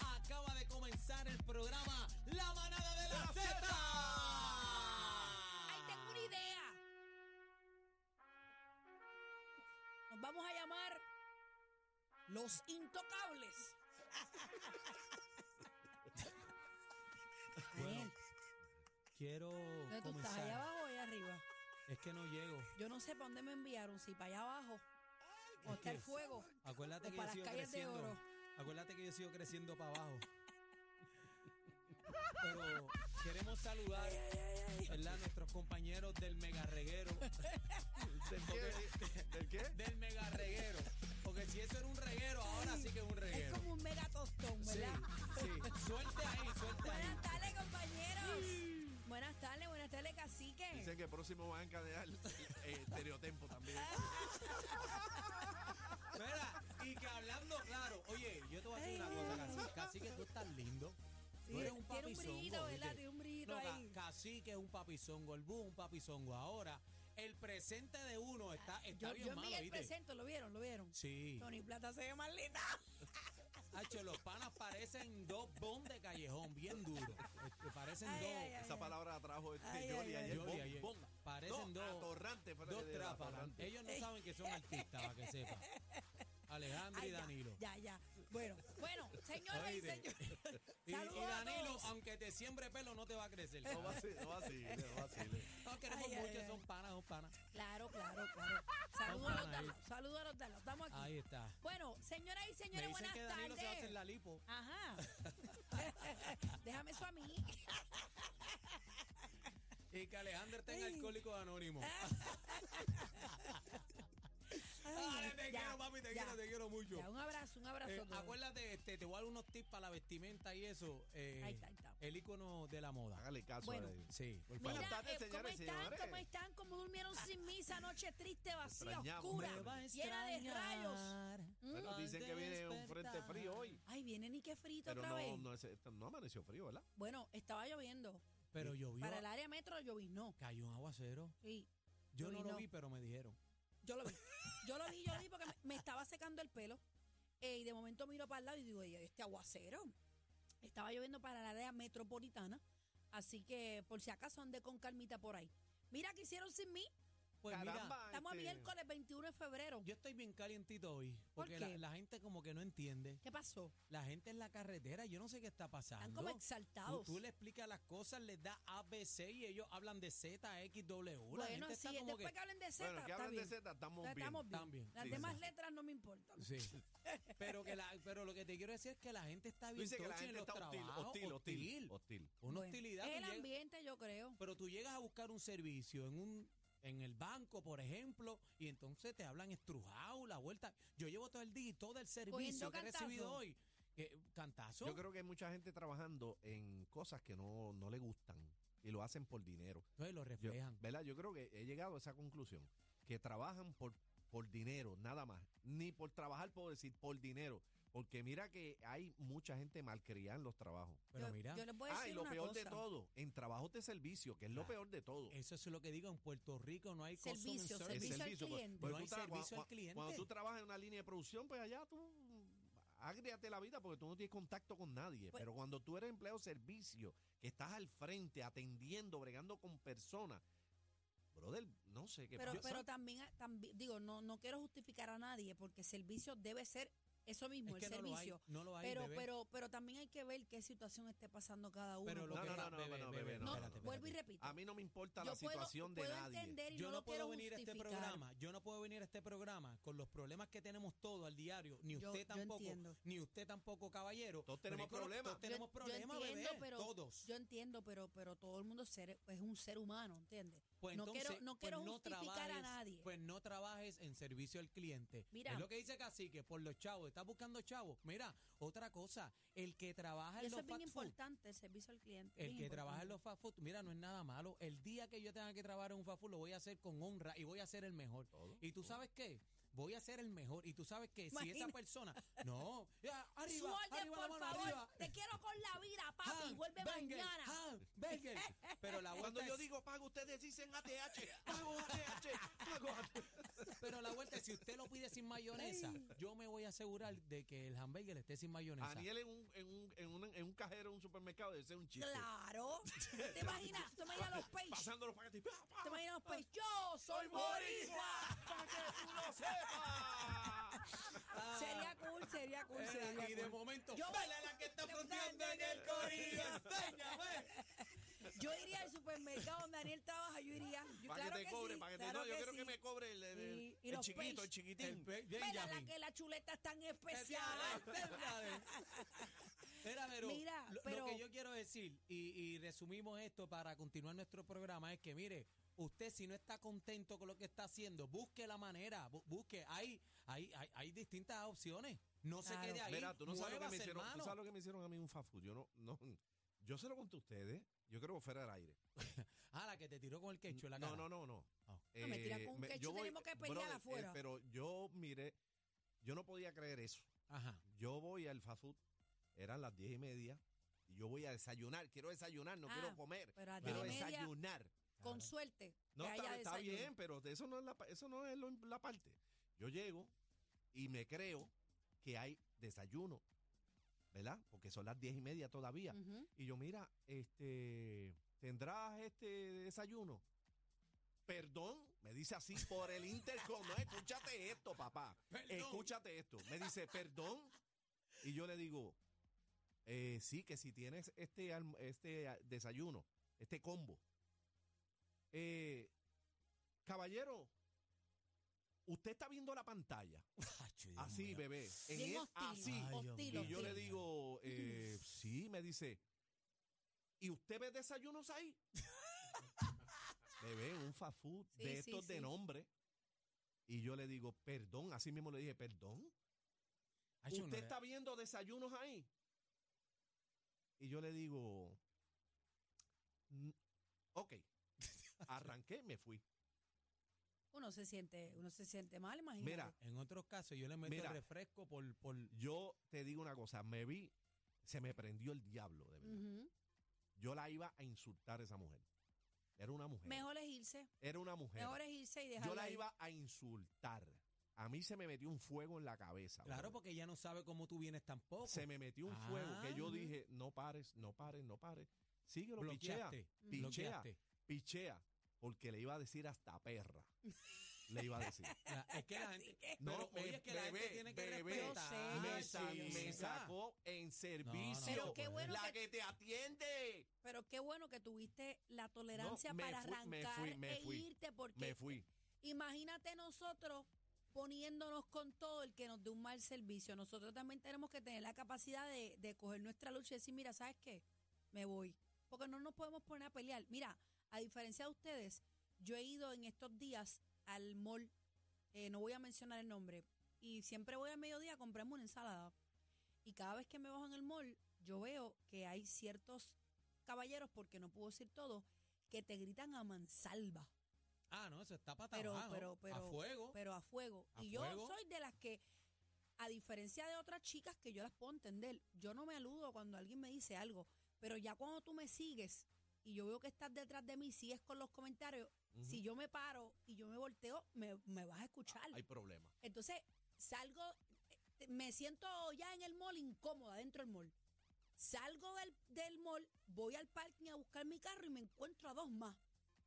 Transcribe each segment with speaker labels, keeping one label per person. Speaker 1: acaba de comenzar el programa La Manada de la Z.
Speaker 2: ¡Ay, tengo una idea! Nos vamos a llamar Los Intocables.
Speaker 1: Bueno,
Speaker 2: Daniel,
Speaker 1: quiero
Speaker 2: ¿dónde tú estás? ¿Allá
Speaker 1: comenzar.
Speaker 2: abajo o allá arriba?
Speaker 1: Es que no llego.
Speaker 2: Yo no sé para dónde me enviaron, si para allá abajo o
Speaker 1: Es
Speaker 2: está el
Speaker 1: que-
Speaker 2: fuego.
Speaker 1: Acuérdate
Speaker 2: O
Speaker 1: que yo
Speaker 2: para
Speaker 1: he
Speaker 2: las
Speaker 1: sido
Speaker 2: calles de
Speaker 1: creciendo.
Speaker 2: oro.
Speaker 1: Acuérdate que yo he sido creciendo para abajo. Pero queremos saludar ¿verdad? a nuestros compañeros del mega reguero.
Speaker 3: ¿Del qué? ¿Del qué?
Speaker 1: Del mega reguero. Porque si eso era un reguero, ahora sí que es un
Speaker 2: Es
Speaker 1: reguero.
Speaker 2: como un mega tostón,
Speaker 1: Sí,
Speaker 2: ¿verdad?
Speaker 1: sí. Suerte ahí, suerte ahí.
Speaker 2: Buenas tardes, compañeros. Buenas tardes, buenas tardes, cacique.
Speaker 3: Dicen que próximo van a encadenar eh, estereotempo también.
Speaker 1: Mira, y que hablando claro, oye, yo te voy a decir una cosa, Cacique. Cacique, tú estás lindo. Tú eres un
Speaker 2: tiene un
Speaker 1: papizongo,
Speaker 2: brillito, ¿verdad?
Speaker 1: ¿oíste?
Speaker 2: Tiene un brillito
Speaker 1: No, ca-
Speaker 2: ahí.
Speaker 1: Cacique es un papizongo, el bú es un papizongo. Ahora, el presente de uno está, está
Speaker 2: Ah, Yo,
Speaker 1: bien
Speaker 2: yo
Speaker 1: malo,
Speaker 2: envié el
Speaker 1: ¿viste?
Speaker 2: presente, ¿lo vieron? ¿Lo vieron?
Speaker 1: Sí.
Speaker 2: Tony Plata se ve más linda.
Speaker 1: Hacho, los panas parecen dos bombs de callejón, bien duro. Este, parecen
Speaker 2: Ay,
Speaker 1: dos.
Speaker 2: ay, ay.
Speaker 3: Esa palabra la trajo este
Speaker 2: Ay,
Speaker 3: Johnny
Speaker 2: ay, ay.
Speaker 3: ayer.
Speaker 1: Yoli
Speaker 3: Bom-
Speaker 1: ayer.
Speaker 3: bomba.
Speaker 1: Parecen
Speaker 3: No,
Speaker 1: dos,
Speaker 3: atorrante fue la
Speaker 1: dos
Speaker 3: que le dio,
Speaker 1: tráfalas.
Speaker 3: atorrante.
Speaker 1: Ellos no saben que son artistas, para que sepan. Alejandro
Speaker 2: Ay,
Speaker 1: y Danilo.
Speaker 2: Ya, ya, ya. Bueno, bueno, señoras y
Speaker 1: Oíste.
Speaker 2: señores.
Speaker 1: Y, y
Speaker 2: Saludos a
Speaker 1: Danilo,
Speaker 2: todos.
Speaker 1: aunque te siembre pelo, no te va a crecer.
Speaker 3: No vacile, no vacile, no vacile.
Speaker 1: No queremos
Speaker 2: Ay, ay,
Speaker 1: mucho,
Speaker 2: ay.
Speaker 1: son panas, son panas.
Speaker 2: Claro, claro, claro. Saludos a los
Speaker 1: Vamos ahí.
Speaker 2: danos, saludos a los danos. Estamos aquí.
Speaker 1: Ahí está.
Speaker 2: Bueno, señoras y
Speaker 1: Me
Speaker 2: señores,
Speaker 1: dicen
Speaker 2: buenas
Speaker 1: que Danilo se va a hacer
Speaker 2: tardes.
Speaker 1: la lipo.
Speaker 2: Ajá. Déjame eso a mí.
Speaker 1: Y que Alejandro tenga
Speaker 2: Ay.
Speaker 1: alcohólico anónimo.
Speaker 2: Ay,
Speaker 1: Dale, te
Speaker 2: ya,
Speaker 1: quiero, papi, te
Speaker 2: ya,
Speaker 1: quiero, te quiero mucho.
Speaker 2: ya, un abrazo, un abrazo.
Speaker 1: Eh,
Speaker 2: a todos.
Speaker 1: acuérdate, este, te voy a dar unos tips para la vestimenta y eso. eh,
Speaker 2: Ahí está, ahí está.
Speaker 1: El icono de la moda.
Speaker 3: Hágale caso
Speaker 2: Bueno.
Speaker 3: a él.
Speaker 1: Sí, por favor.
Speaker 2: Mira,
Speaker 3: Buenas tardes,
Speaker 2: eh, ¿cómo
Speaker 3: señoras y
Speaker 2: están?
Speaker 3: señores.
Speaker 2: ¿Cómo están? ¿Cómo durmieron sin misa? Noche triste, vacía,
Speaker 3: Extrañamos,
Speaker 2: oscura,
Speaker 3: me va a
Speaker 2: llena de rayos.
Speaker 3: Bueno, dicen que viene un frente frío hoy.
Speaker 2: Ay, viene ni qué frito
Speaker 3: Pero
Speaker 2: otra
Speaker 3: no,
Speaker 2: vez.
Speaker 3: no, es- esta- no amaneció frío, ¿verdad?
Speaker 2: Bueno, estaba lloviendo.
Speaker 1: Pero llovió.
Speaker 2: Para el área metro lloviznó.
Speaker 1: Cayó un aguacero.
Speaker 2: Sí,
Speaker 1: Yo no lo
Speaker 2: Llovinó.
Speaker 1: vi, pero me dijeron.
Speaker 2: yo lo vi. Yo lo vi, yo lo vi porque me, me estaba secando el pelo. eh, y de momento miro para el lado y digo, "Ey, este aguacero. Estaba lloviendo para el área metropolitana. Así que por si acaso andé con calmita por ahí. Mira qué hicieron sin mí.
Speaker 1: Pues mira,
Speaker 3: Caramba,
Speaker 2: Estamos a
Speaker 3: este,
Speaker 2: miércoles 21 de febrero.
Speaker 1: yo estoy bien calientito hoy.
Speaker 2: ¿Por
Speaker 1: Porque la-
Speaker 2: qué?
Speaker 1: La, gente como que no entiende.
Speaker 2: ¿Qué pasó?
Speaker 1: La gente en la carretera, yo no sé qué está
Speaker 2: Están
Speaker 1: pasando.
Speaker 2: como
Speaker 1: Tú,
Speaker 2: exaltados.
Speaker 1: tú le explicas las cosas, les da ABC y ellos hablan de Z, X, W. la
Speaker 2: bueno,
Speaker 1: gente
Speaker 2: sí,
Speaker 1: está como
Speaker 2: después que,
Speaker 1: que...
Speaker 2: hablen de Z,
Speaker 3: Bueno, que
Speaker 2: está
Speaker 3: hablan de
Speaker 2: bien.
Speaker 3: Z, estamos bien.
Speaker 2: Estamos bien.
Speaker 1: También.
Speaker 2: Las
Speaker 3: Sí,
Speaker 2: demás
Speaker 3: sí.
Speaker 2: letras no me importan.
Speaker 1: Sí. pero, que la, pero lo que te quiero decir es que la gente está
Speaker 3: Tú
Speaker 1: bien
Speaker 3: dices que la
Speaker 1: tocha en
Speaker 3: gente
Speaker 1: los
Speaker 3: está hostil,
Speaker 1: trabajos,
Speaker 3: hostil, hostil, hostil.
Speaker 1: Una
Speaker 2: Bueno,
Speaker 1: hostilidad.
Speaker 2: El
Speaker 1: tú llegas-
Speaker 2: ambiente, yo creo.
Speaker 1: pero tú llegas a buscar un servicio en un en el banco, por ejemplo, y entonces te hablan estrujado, la vuelta. Yo llevo todo el día y todo el servicio que he
Speaker 2: cantazo.
Speaker 1: recibido hoy. que- cantazo.
Speaker 3: Yo creo que hay mucha gente trabajando en cosas que no, no le gustan y lo hacen por dinero.
Speaker 1: Entonces lo
Speaker 3: Yo,
Speaker 1: reflejan.
Speaker 3: ¿Verdad? Yo creo que he llegado a esa conclusión, que trabajan por, por dinero, nada más. Ni por trabajar, puedo decir, por dinero. Porque mira que hay mucha gente malcriada en los trabajos.
Speaker 1: pero
Speaker 2: yo,
Speaker 1: mira,
Speaker 2: yo les voy a
Speaker 3: Ah,
Speaker 2: decir
Speaker 3: y lo
Speaker 2: una
Speaker 3: peor
Speaker 2: cosa.
Speaker 3: de todo, en trabajos de servicio, que es lo
Speaker 1: Ah,
Speaker 3: peor de todo.
Speaker 1: eso es lo que digo, en Puerto Rico no hay
Speaker 2: Servicio,
Speaker 1: customer
Speaker 3: El
Speaker 1: service.
Speaker 2: servicio al cliente.
Speaker 3: porque
Speaker 1: No
Speaker 3: tú
Speaker 1: hay
Speaker 3: tra-
Speaker 1: servicio
Speaker 3: cuando-
Speaker 1: al cliente.
Speaker 3: Cuando tú trabajas en una línea de producción, pues allá tú agriate la vida porque tú no tienes contacto con nadie.
Speaker 2: Pues-
Speaker 3: Pero cuando tú eres empleado de servicio, que estás al frente, atendiendo, bregando con personas, brother, no sé qué
Speaker 2: Pero,
Speaker 3: pasa.
Speaker 2: pero también, también, digo, no, no quiero justificar a nadie porque servicio debe ser eso mismo,
Speaker 1: Es que
Speaker 2: el
Speaker 1: no lo hay,
Speaker 2: servicio.
Speaker 1: no lo hay,
Speaker 2: pero,
Speaker 1: bebé.
Speaker 2: pero, pero también hay que ver qué situación esté pasando cada uno.
Speaker 1: Pero lo
Speaker 3: No,
Speaker 1: que
Speaker 3: no,
Speaker 1: pa-
Speaker 3: no, no, no, bebé,
Speaker 2: no,
Speaker 1: espérate, espérate.
Speaker 2: vuelvo y repito.
Speaker 3: a mí no me importa
Speaker 2: Yo
Speaker 3: la
Speaker 2: puedo-
Speaker 3: situación de
Speaker 2: puedo
Speaker 3: nadie.
Speaker 2: entender y
Speaker 1: Yo
Speaker 2: no,
Speaker 1: no,
Speaker 2: lo quiero
Speaker 1: puedo venir a este
Speaker 2: justificar.
Speaker 1: programa, yo no puedo venir a este programa con los problemas que tenemos todos al diario, ni
Speaker 2: Yo-
Speaker 1: usted
Speaker 2: yo
Speaker 1: tampoco,
Speaker 2: entiendo.
Speaker 1: ni usted tampoco, caballero.
Speaker 3: Todos tenemos
Speaker 1: Pero,
Speaker 3: problemas.
Speaker 1: Todos tenemos
Speaker 2: Yo- yo
Speaker 1: problemas,
Speaker 2: entiendo,
Speaker 1: bebé,
Speaker 2: pero-
Speaker 1: todos.
Speaker 2: Yo entiendo, pero, pero todo el mundo ser- es un ser humano, ¿entiendes?
Speaker 1: Pues
Speaker 2: no
Speaker 1: entonces,
Speaker 2: quiero, no
Speaker 1: pues
Speaker 2: quiero justificar a
Speaker 1: trabajes-
Speaker 2: nadie.
Speaker 1: Pues no trabajes en servicio al cliente.
Speaker 2: Mira.
Speaker 1: es lo que dice así que por los chavos, estás buscando chavos. Mira, otra cosa, el que trabaja en
Speaker 2: Y eso
Speaker 1: los
Speaker 2: es bien
Speaker 1: fast food,
Speaker 2: importante, el servicio al cliente.
Speaker 1: el
Speaker 2: bien
Speaker 1: que trabaja en
Speaker 2: importante.
Speaker 1: los fast food, mira, no es nada malo. El día que yo tenga que trabajar en un fast food, lo voy a hacer con honra y voy a ser el mejor.
Speaker 3: Todo,
Speaker 1: Y tú
Speaker 3: todo.
Speaker 1: sabes qué, voy a ser el mejor. Y tú sabes que si esa
Speaker 2: Imagínate.
Speaker 1: persona, no, ya, arriba,
Speaker 2: Suárez,
Speaker 1: arriba la
Speaker 2: por
Speaker 1: mano,
Speaker 2: favor,
Speaker 1: arriba. Ah,
Speaker 2: te quiero con la vida, papi,
Speaker 1: Hans
Speaker 2: vuelve
Speaker 1: Wenger,
Speaker 2: mañana.
Speaker 1: Hans Wenger. Pero la vuelta
Speaker 3: Cuando yo
Speaker 1: es-
Speaker 3: digo pago, ustedes dicen ATH, pago ATH, pago ATH.
Speaker 1: Pero la vuelta es, si usted lo pide sin mayonesa, yo me voy a asegurar de que el hamburger esté sin mayonesa.
Speaker 3: Aniel en un, en, un, en, un, en un cajero de un supermercado debe ser un chiste.
Speaker 2: Claro. ¿Te imaginas? ¿Te imaginas los page?
Speaker 3: Pasando los paquetes. ¡pa, pa!
Speaker 2: ¿Te imaginas los page? Yo soy
Speaker 3: ¡Soy
Speaker 2: Boricua.
Speaker 3: boricua! ¡Para que tú lo sepas!
Speaker 1: Ah,
Speaker 2: Sería cool, sería cool,
Speaker 1: eh,
Speaker 2: sería
Speaker 1: y de
Speaker 2: cool.
Speaker 1: momento,
Speaker 2: Yo-
Speaker 1: ¡Dale a la que está
Speaker 2: Te-
Speaker 1: fronteando en el corillo! enséñame!
Speaker 2: Yo iría al supermercado donde Daniel trabaja, yo iría. Yo,
Speaker 3: Para
Speaker 2: claro
Speaker 3: pues. que te cobre,
Speaker 2: sí,
Speaker 3: para que te...
Speaker 2: claro
Speaker 3: No, yo quiero que
Speaker 2: sí.
Speaker 3: me cobre el, el- el-
Speaker 2: Y- y
Speaker 3: el
Speaker 2: los
Speaker 3: chiquito,
Speaker 2: page.
Speaker 3: el
Speaker 1: El
Speaker 3: chiquitín.
Speaker 1: pe-
Speaker 2: Mira la
Speaker 1: Benjamin.
Speaker 2: que la chuleta es tan
Speaker 1: Especial,
Speaker 2: especial. ¿eh?
Speaker 1: especial. Mira, pero,
Speaker 2: Mira,
Speaker 1: lo, lo
Speaker 2: pero-
Speaker 1: que yo quiero decir, y, y resumimos esto para continuar nuestro programa, es que mire, usted si no está contento con lo que está haciendo, busque la manera, bu- busque, hay, hay, hay, hay distintas opciones. No se
Speaker 2: Claro.
Speaker 1: quede ahí.
Speaker 3: Mira, tú no sabes lo que me
Speaker 1: muévase,
Speaker 3: hicieron. Tú
Speaker 1: hermano.
Speaker 3: sabes lo que me hicieron a mí un fast food. Yo no, no, yo se lo conté a ustedes. Yo creo que fuera del aire.
Speaker 1: Ah, la que te tiró con el quecho en la cara.
Speaker 3: No, no, no, no. Eh,
Speaker 1: Ah.
Speaker 2: No, mentira, con un
Speaker 3: me-
Speaker 2: ketchup tenemos que pelear
Speaker 3: brother, eh,
Speaker 2: afuera.
Speaker 3: pero yo miré, yo no podía creer eso.
Speaker 1: Ajá.
Speaker 3: Yo voy al fast food, eran las diez y media, y yo voy a desayunar. Quiero desayunar, no
Speaker 2: Ah,
Speaker 3: quiero comer.
Speaker 2: Pero a
Speaker 1: Claro.
Speaker 3: Quiero
Speaker 2: diez y media,
Speaker 3: desayunar.
Speaker 2: con suerte.
Speaker 3: No,
Speaker 2: que
Speaker 3: está,
Speaker 2: haya
Speaker 3: está
Speaker 2: desayuno.
Speaker 3: bien, pero de eso no es, la, pa- eso no es lo im- la parte. Yo llego y me creo que hay desayuno, ¿verdad? Porque son las diez y media todavía.
Speaker 2: Ujú.
Speaker 3: Y yo, mira, este, ¿tendrás este desayuno? Perdón, me dice así por el intercom. No, escúchate esto, papá. Escúchate esto. Me dice, perdón. Y yo le digo, eh, sí, que si tienes este, alm- este ah, desayuno, este combo. Eh, caballero, usted está viendo la pantalla. Así, bebé. En
Speaker 2: Bien
Speaker 3: el-
Speaker 2: hostil.
Speaker 3: así.
Speaker 2: Ay, hostil,
Speaker 3: Y yo le
Speaker 2: hostil.
Speaker 3: digo, eh, sí, me dice, ¿y usted ve desayunos ahí? Bebé, un fast food
Speaker 2: Sí,
Speaker 3: de
Speaker 2: sí,
Speaker 3: estos de
Speaker 2: sí.
Speaker 3: nombre. Y yo le digo, perdón, así mismo le dije, perdón, ¿usted está viendo desayunos ahí? Y yo le digo, "Mm, ok, arranqué, me fui.
Speaker 2: Uno se siente, uno se siente mal, imagínate.
Speaker 3: Mira,
Speaker 1: En otros casos yo le meto
Speaker 3: Mira.
Speaker 1: refresco por, por...
Speaker 3: yo te digo una cosa, me vi, se me prendió el diablo, de verdad.
Speaker 2: Ujú. Mm.
Speaker 3: Yo la iba a insultar a esa mujer. Era una mujer.
Speaker 2: Mejor es irse,
Speaker 3: Era una mujer.
Speaker 2: mejor es irse y dejarla.
Speaker 3: Yo la
Speaker 2: ahí.
Speaker 3: iba a insultar. A mí se me metió un fuego en la cabeza.
Speaker 1: Claro,
Speaker 3: brother.
Speaker 1: porque ella no sabe cómo tú vienes tampoco.
Speaker 3: Se me metió un
Speaker 1: Ah,
Speaker 3: fuego que yo
Speaker 2: ujú.
Speaker 3: dije, no pares, no pares, no pares. Síguelo, pichea,
Speaker 1: bloqueaste,
Speaker 2: Ujú.
Speaker 3: pichea,
Speaker 1: bloqueaste.
Speaker 3: pichea. Porque le iba a decir hasta perra. le iba a decir.
Speaker 1: La- es que la gente...
Speaker 3: No,
Speaker 1: pero, oye,
Speaker 3: me-
Speaker 1: es que la gente
Speaker 3: bebé,
Speaker 1: tiene que
Speaker 3: bebé,
Speaker 1: respetar. Ah,
Speaker 3: me,
Speaker 2: Ay,
Speaker 3: sa-
Speaker 2: sí,
Speaker 3: me
Speaker 2: sí.
Speaker 3: sacó en servicio.
Speaker 2: Pero qué bueno
Speaker 3: la
Speaker 2: que-
Speaker 3: que te atiende.
Speaker 2: Pero qué bueno que tuviste la tolerancia
Speaker 3: me
Speaker 2: para
Speaker 3: fui,
Speaker 2: arrancar
Speaker 3: me fui, me
Speaker 2: e
Speaker 3: fui.
Speaker 2: irte, porque
Speaker 3: Me fui.
Speaker 2: imagínate nosotros poniéndonos con todo el que nos dé un mal servicio. Nosotros también tenemos que tener la capacidad de, de coger nuestra lucha y decir, mira, ¿sabes qué? Me voy. Porque no nos podemos poner a pelear. Mira, a diferencia de ustedes, yo he ido en estos días al mall, eh, no voy a mencionar el nombre, y siempre voy al mediodía a comprarme una ensalada. Y cada vez que me bajo en el mall, yo veo que hay ciertos caballeros, porque no puedo decir todo, que te gritan a mansalva.
Speaker 1: Ah, no, eso está para
Speaker 2: Pero-
Speaker 1: abajo,
Speaker 2: pero- pero-
Speaker 1: a fuego.
Speaker 2: pero a fuego.
Speaker 1: ¿A
Speaker 2: y
Speaker 1: fuego?
Speaker 2: yo soy de las que, a diferencia de otras chicas que yo las puedo entender, yo no me aludo cuando alguien me dice algo, pero ya cuando tú me sigues y yo veo que estás detrás de mí, sigues con los comentarios,
Speaker 3: Ujú.
Speaker 2: si yo me paro y yo me volteo, me, me vas a escuchar.
Speaker 3: Hay problema.
Speaker 2: Entonces salgo, eh, te- me siento ya en el mall incómoda dentro del mall. Salgo del, del mall, voy al parking a buscar mi carro y me encuentro a dos más.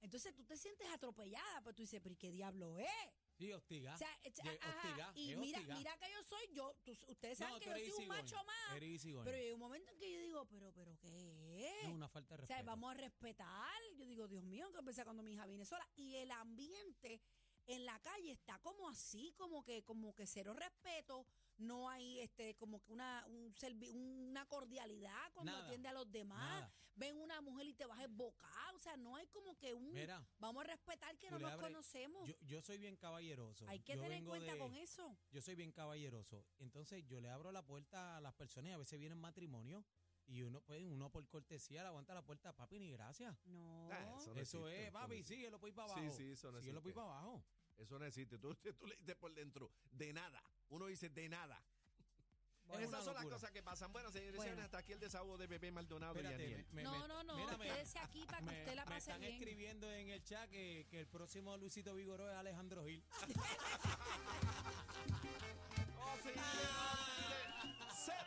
Speaker 2: Entonces tú te sientes atropellada, pero tú dices, pero ¿y qué diablo es?
Speaker 1: Sí, hostiga.
Speaker 2: O sea, es-
Speaker 1: ye-
Speaker 2: ajá,
Speaker 1: Ah, hostiga,
Speaker 2: y
Speaker 1: es
Speaker 2: mira,
Speaker 1: hostiga.
Speaker 2: mira que yo soy yo, tú- ustedes saben
Speaker 1: No,
Speaker 2: que
Speaker 1: tú
Speaker 2: yo
Speaker 1: eres
Speaker 2: soy un
Speaker 1: easygoing,
Speaker 2: macho más,
Speaker 1: eres easygoing.
Speaker 2: pero hay un momento en que yo digo, pero, pero ¿qué es?
Speaker 1: es una falta de
Speaker 2: O sea,
Speaker 1: respeto.
Speaker 2: vamos a respetar. Yo digo, Dios mío, que empecé cuando mi hija viene sola. Y el ambiente en la calle está como así, como que, como que cero respeto, no hay este, como que una, un servi- una cordialidad cuando
Speaker 1: Nada.
Speaker 2: atiende a los demás,
Speaker 1: Nada.
Speaker 2: ven una mujer y te vas a boca, o sea, no hay como que un
Speaker 1: Mira,
Speaker 2: vamos a respetar que
Speaker 1: tú
Speaker 2: no
Speaker 1: le
Speaker 2: nos
Speaker 1: abres-
Speaker 2: conocemos.
Speaker 1: yo, yo soy bien caballeroso.
Speaker 2: hay que
Speaker 1: yo
Speaker 2: tener
Speaker 1: vengo
Speaker 2: cuenta
Speaker 1: de-
Speaker 2: con eso.
Speaker 1: Yo soy bien caballeroso. Entonces yo le abro la puerta a las personas y a veces vienen matrimonios y uno, pues, uno por cortesía le aguanta la puerta papi ni gracias.
Speaker 2: No.
Speaker 3: Ah, eso no
Speaker 1: Eso
Speaker 3: existe,
Speaker 1: es, papi,
Speaker 3: existe.
Speaker 1: síguelo por ahí para
Speaker 3: Sí,
Speaker 1: abajo.
Speaker 3: sí, eso no
Speaker 1: síguelo por ahí
Speaker 3: existe.
Speaker 1: para abajo.
Speaker 3: Eso no existe. Tú, tú le dices por dentro, de nada. Uno dice, de nada.
Speaker 1: Bueno,
Speaker 3: Esas
Speaker 1: una
Speaker 3: son las
Speaker 1: locura.
Speaker 3: cosas que pasan. Bueno, señores, y
Speaker 2: Bueno.
Speaker 3: señores, hasta aquí el desahogo de Bebé Maldonado y
Speaker 1: Espérate,
Speaker 3: Aniel.
Speaker 1: me- me-
Speaker 2: no,
Speaker 1: me-
Speaker 2: no, no,
Speaker 1: mira, me-
Speaker 2: quédese aquí para que
Speaker 1: me-
Speaker 2: usted la
Speaker 1: me
Speaker 2: pase
Speaker 1: están
Speaker 2: bien.
Speaker 1: escribiendo en el chat que, que el próximo Luisito Vigoró es Alejandro Gil.
Speaker 3: Oh, sí, sí, sí, sí.
Speaker 1: Ah.